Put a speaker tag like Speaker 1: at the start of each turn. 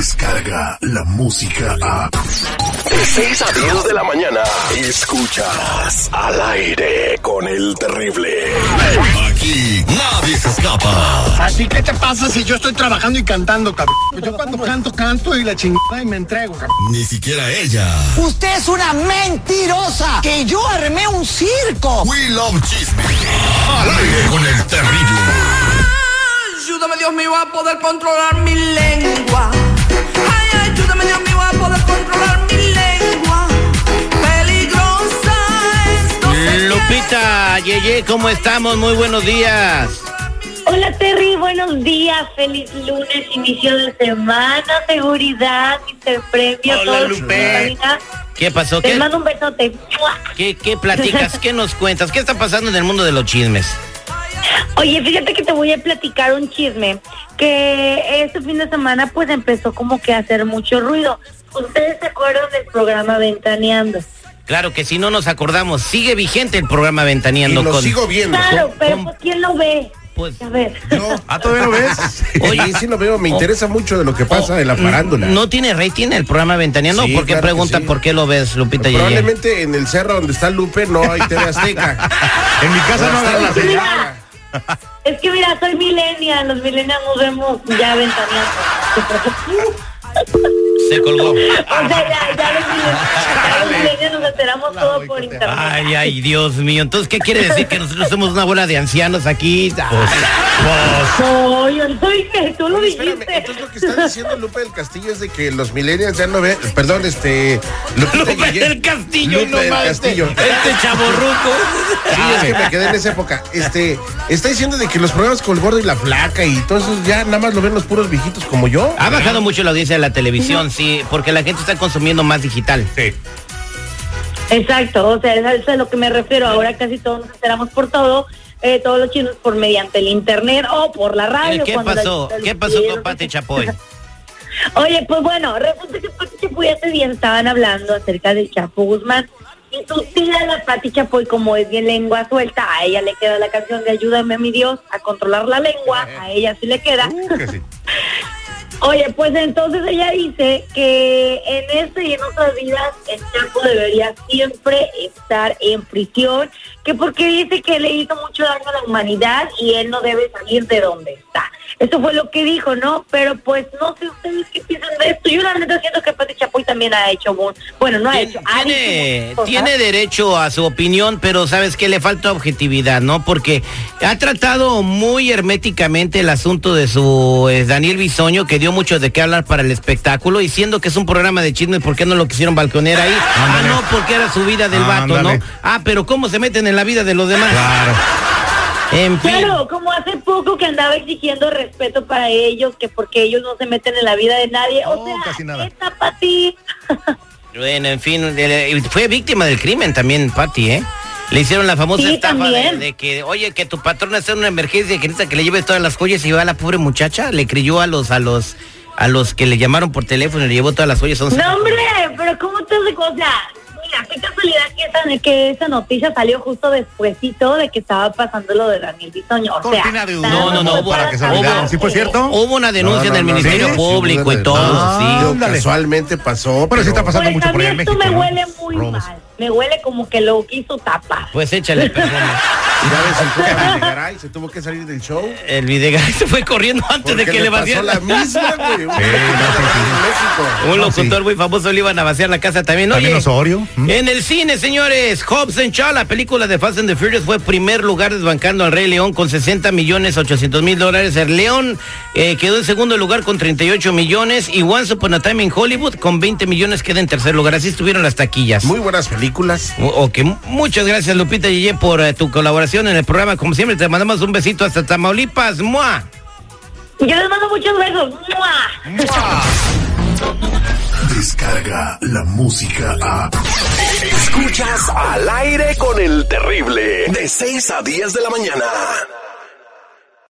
Speaker 1: Escucha la música a.
Speaker 2: De 6 a 10 de la mañana. Escuchas al aire con el terrible.
Speaker 3: Aquí nadie se escapa.
Speaker 4: Así que te pasa si yo estoy trabajando y cantando, cabrón. Yo cuando canto, canto y la chingada y me entrego, cabrón.
Speaker 3: Ni siquiera ella.
Speaker 5: Usted es una mentirosa. Que yo armé un circo.
Speaker 3: We love chisme. Al aire con el terrible.
Speaker 6: Ayúdame Dios mío a poder controlar mi lengua. Ay, ayúdame Dios mío a poder controlar mi lengua. Peligrosa es no sé
Speaker 7: Lupita, Yeye, ¿cómo estamos? Muy buenos días.
Speaker 8: Hola Terry, buenos días, feliz lunes, inicio de semana, seguridad, Mr. Premio,
Speaker 7: Hola,
Speaker 8: todos en
Speaker 7: Lupe.
Speaker 8: cabina.
Speaker 7: ¿Qué pasó?
Speaker 8: Te
Speaker 7: ¿Qué,
Speaker 8: mando un besote. ¡Mua!
Speaker 7: qué, qué platicas? ¿Qué nos cuentas? ¿Qué está pasando en el mundo de los chismes?
Speaker 8: Oye, fíjate que te voy a platicar un chisme, que este fin de semana pues empezó como que a hacer mucho ruido. ¿Ustedes se acuerdan del programa Ventaneando?
Speaker 7: Claro que si no nos acordamos, sigue vigente el programa
Speaker 9: Y
Speaker 7: Ventaneando
Speaker 9: lo
Speaker 7: con.
Speaker 9: sigo viendo.
Speaker 8: Claro, pero
Speaker 7: con-
Speaker 8: pues ¿quién lo ve?
Speaker 7: Pues-
Speaker 8: A ver.
Speaker 9: No. ¿Ah, todavía lo ves?
Speaker 7: Oye.
Speaker 9: sí, sí lo veo. Me interesa mucho de lo que
Speaker 2: Oh.
Speaker 9: pasa en la farándula.
Speaker 7: No tiene rating el programa Ventaneando.
Speaker 9: Sí,
Speaker 7: ¿Por qué
Speaker 9: claro que
Speaker 7: preguntan
Speaker 9: sí.
Speaker 7: por qué lo ves, Lupita Yeye?
Speaker 9: Probablemente en el cerro donde está Lupe no hay TV Azteca.
Speaker 4: En mi casa no agarra la
Speaker 8: Es que mira, es que mira, soy millennial, los millennials nos vemos ya Ventaneando.
Speaker 7: Se colgó.
Speaker 8: O sea, Ah, ya, ya los millennials- los millennials nos enteramos todo por internet.
Speaker 7: Ay, ay, Dios mío. Entonces, ¿qué quiere decir que nosotros somos una bola de ancianos aquí?
Speaker 9: Pues,
Speaker 8: No, yo no dije, tú lo
Speaker 9: Espérame,
Speaker 8: dijiste.
Speaker 9: entonces lo que está diciendo Lupe del Castillo es de que los millennials ya no ven, perdón, este Lupita
Speaker 7: Lupe
Speaker 9: Guillén.
Speaker 7: del Castillo,
Speaker 9: Lupe
Speaker 7: no
Speaker 9: del
Speaker 7: mames.
Speaker 9: Castillo.
Speaker 7: Este chaborruco.
Speaker 9: Sí, es que me quedé en esa época. Este, está diciendo de que los programas con el gordo y la flaca y todo eso ya nada más lo ven los puros viejitos como yo.
Speaker 7: Ha bajado mucho la audiencia de la televisión, sí, porque la gente está consumiendo más digital.
Speaker 8: Exacto, o sea, eso es a lo que me refiero. Ahora casi todos nos enteramos por todo. eh, todos los chinos por mediante el internet o por la radio.
Speaker 7: Eh, ¿Qué
Speaker 8: cuando la-
Speaker 7: pasó?
Speaker 8: la-
Speaker 7: ¿Qué pasó
Speaker 8: la-
Speaker 7: con Pati Chapoy?
Speaker 8: Oye, pues bueno, resulta que Pati Chapoy hace bien estaban hablando acerca del Chapo Guzmán. Y tu tía, la Pati Chapoy, como es bien lengua suelta, a ella le queda la canción de Ayúdame, mi Dios, a controlar la lengua. A ella sí le queda.
Speaker 7: Uh.
Speaker 8: Oye, pues entonces ella dice que en este y en otras vidas el Chapo debería siempre estar en prisión, que porque dice que le hizo mucho daño a la humanidad y él no debe salir de donde está. Eso fue lo que dijo, ¿no? Pero pues no sé ustedes qué piensan de esto. Yo la neta siento que Pati Chapoy también ha hecho, un- bueno, no ha hecho, ha dicho
Speaker 7: Tiene,
Speaker 8: muchas cosas.
Speaker 7: tiene derecho a su opinión, pero sabes que le falta objetividad, ¿no? Porque ha tratado muy herméticamente el asunto de su eh, Daniel Bisoño, que dio mucho de qué hablar para el espectáculo, y siendo que es un programa de chismes, ¿por qué no lo quisieron balconear ahí?
Speaker 4: Ándale.
Speaker 7: Ah, no, porque era su vida del vato,
Speaker 4: Ándale.
Speaker 7: ¿no? Ah, pero ¿cómo se meten en la vida de los demás?
Speaker 4: Claro.
Speaker 7: En fin.
Speaker 8: Claro, como hace poco que andaba exigiendo respeto para ellos, que porque ellos no se meten en la vida de nadie.
Speaker 4: No,
Speaker 8: o sea,
Speaker 4: casi nada.
Speaker 8: neta, Pati.
Speaker 7: Bueno, en fin, el- fue víctima del crimen también, Patti, ¿eh? Le hicieron la famosa
Speaker 8: Sí,
Speaker 7: estafa de,
Speaker 8: también.
Speaker 7: de que, oye, que tu patrón está en una emergencia y que necesita que le lleves todas las joyas y va la pobre muchacha, le creyó a los, a los, a los que le llamaron por teléfono y le llevó todas las joyas. son-
Speaker 8: No, hombre, pero ¿cómo te hace cosa? Mira, qué casualidad que esa, que esa noticia salió justo despuesito de que estaba pasando lo de Daniel Bisoño. O sea,
Speaker 4: Cortina de humo.
Speaker 8: nada
Speaker 7: No, no,
Speaker 8: más
Speaker 7: no,
Speaker 8: fue
Speaker 7: hubo-
Speaker 8: para
Speaker 4: que se
Speaker 8: saber
Speaker 4: olvidaron. ¿Sí fue
Speaker 8: que-
Speaker 4: cierto?
Speaker 7: Hubo una denuncia
Speaker 9: No,
Speaker 7: del
Speaker 9: no, no,
Speaker 7: Ministerio
Speaker 9: sí, sí,
Speaker 7: Público
Speaker 9: sí,
Speaker 7: y todo,
Speaker 4: no.
Speaker 7: sí.
Speaker 9: Digo,
Speaker 4: Ándale.
Speaker 9: casualmente pasó.
Speaker 4: Pero sí está pasando
Speaker 8: Pues
Speaker 4: mucho por allá en
Speaker 8: también esto
Speaker 4: México.
Speaker 8: me
Speaker 4: ¿no?
Speaker 8: huele muy
Speaker 4: Robos.
Speaker 8: mal. Me huele como que lo quiso tapar.
Speaker 7: Pues échale, perdona.
Speaker 9: Ya ves, el Tuca Videgaray se tuvo que salir del show.
Speaker 7: El Videgaray se fue corriendo antes de
Speaker 9: porque
Speaker 7: que le
Speaker 9: pasó
Speaker 7: vaciaran
Speaker 9: la misma, güey. Un México.
Speaker 7: Un
Speaker 4: No,
Speaker 7: locutor
Speaker 4: sí.
Speaker 7: muy famoso le iban a vaciar la casa también.
Speaker 4: También
Speaker 7: Oye,
Speaker 4: Osorio, ¿m?
Speaker 7: En el cine, señores, Hobbs and Shaw, la película de Fast and the Furious, fue primer lugar desbancando al Rey León con 60 millones 800 mil dólares. El León eh, quedó en segundo lugar con 38 millones y Once Upon a Time in Hollywood con 20 millones queda en tercer lugar. Así estuvieron las taquillas.
Speaker 9: Muy buenas películas.
Speaker 7: O- Ok, mu- muchas gracias Lupita Yeye por eh, tu colaboración en el programa. Como siempre, te mandamos un besito hasta Tamaulipas. ¡Mua!
Speaker 8: Yo les mando muchos besos. ¡Mua!
Speaker 1: Descarga la música a.
Speaker 2: Escuchas al aire con el terrible. De 6 a 10 de la mañana.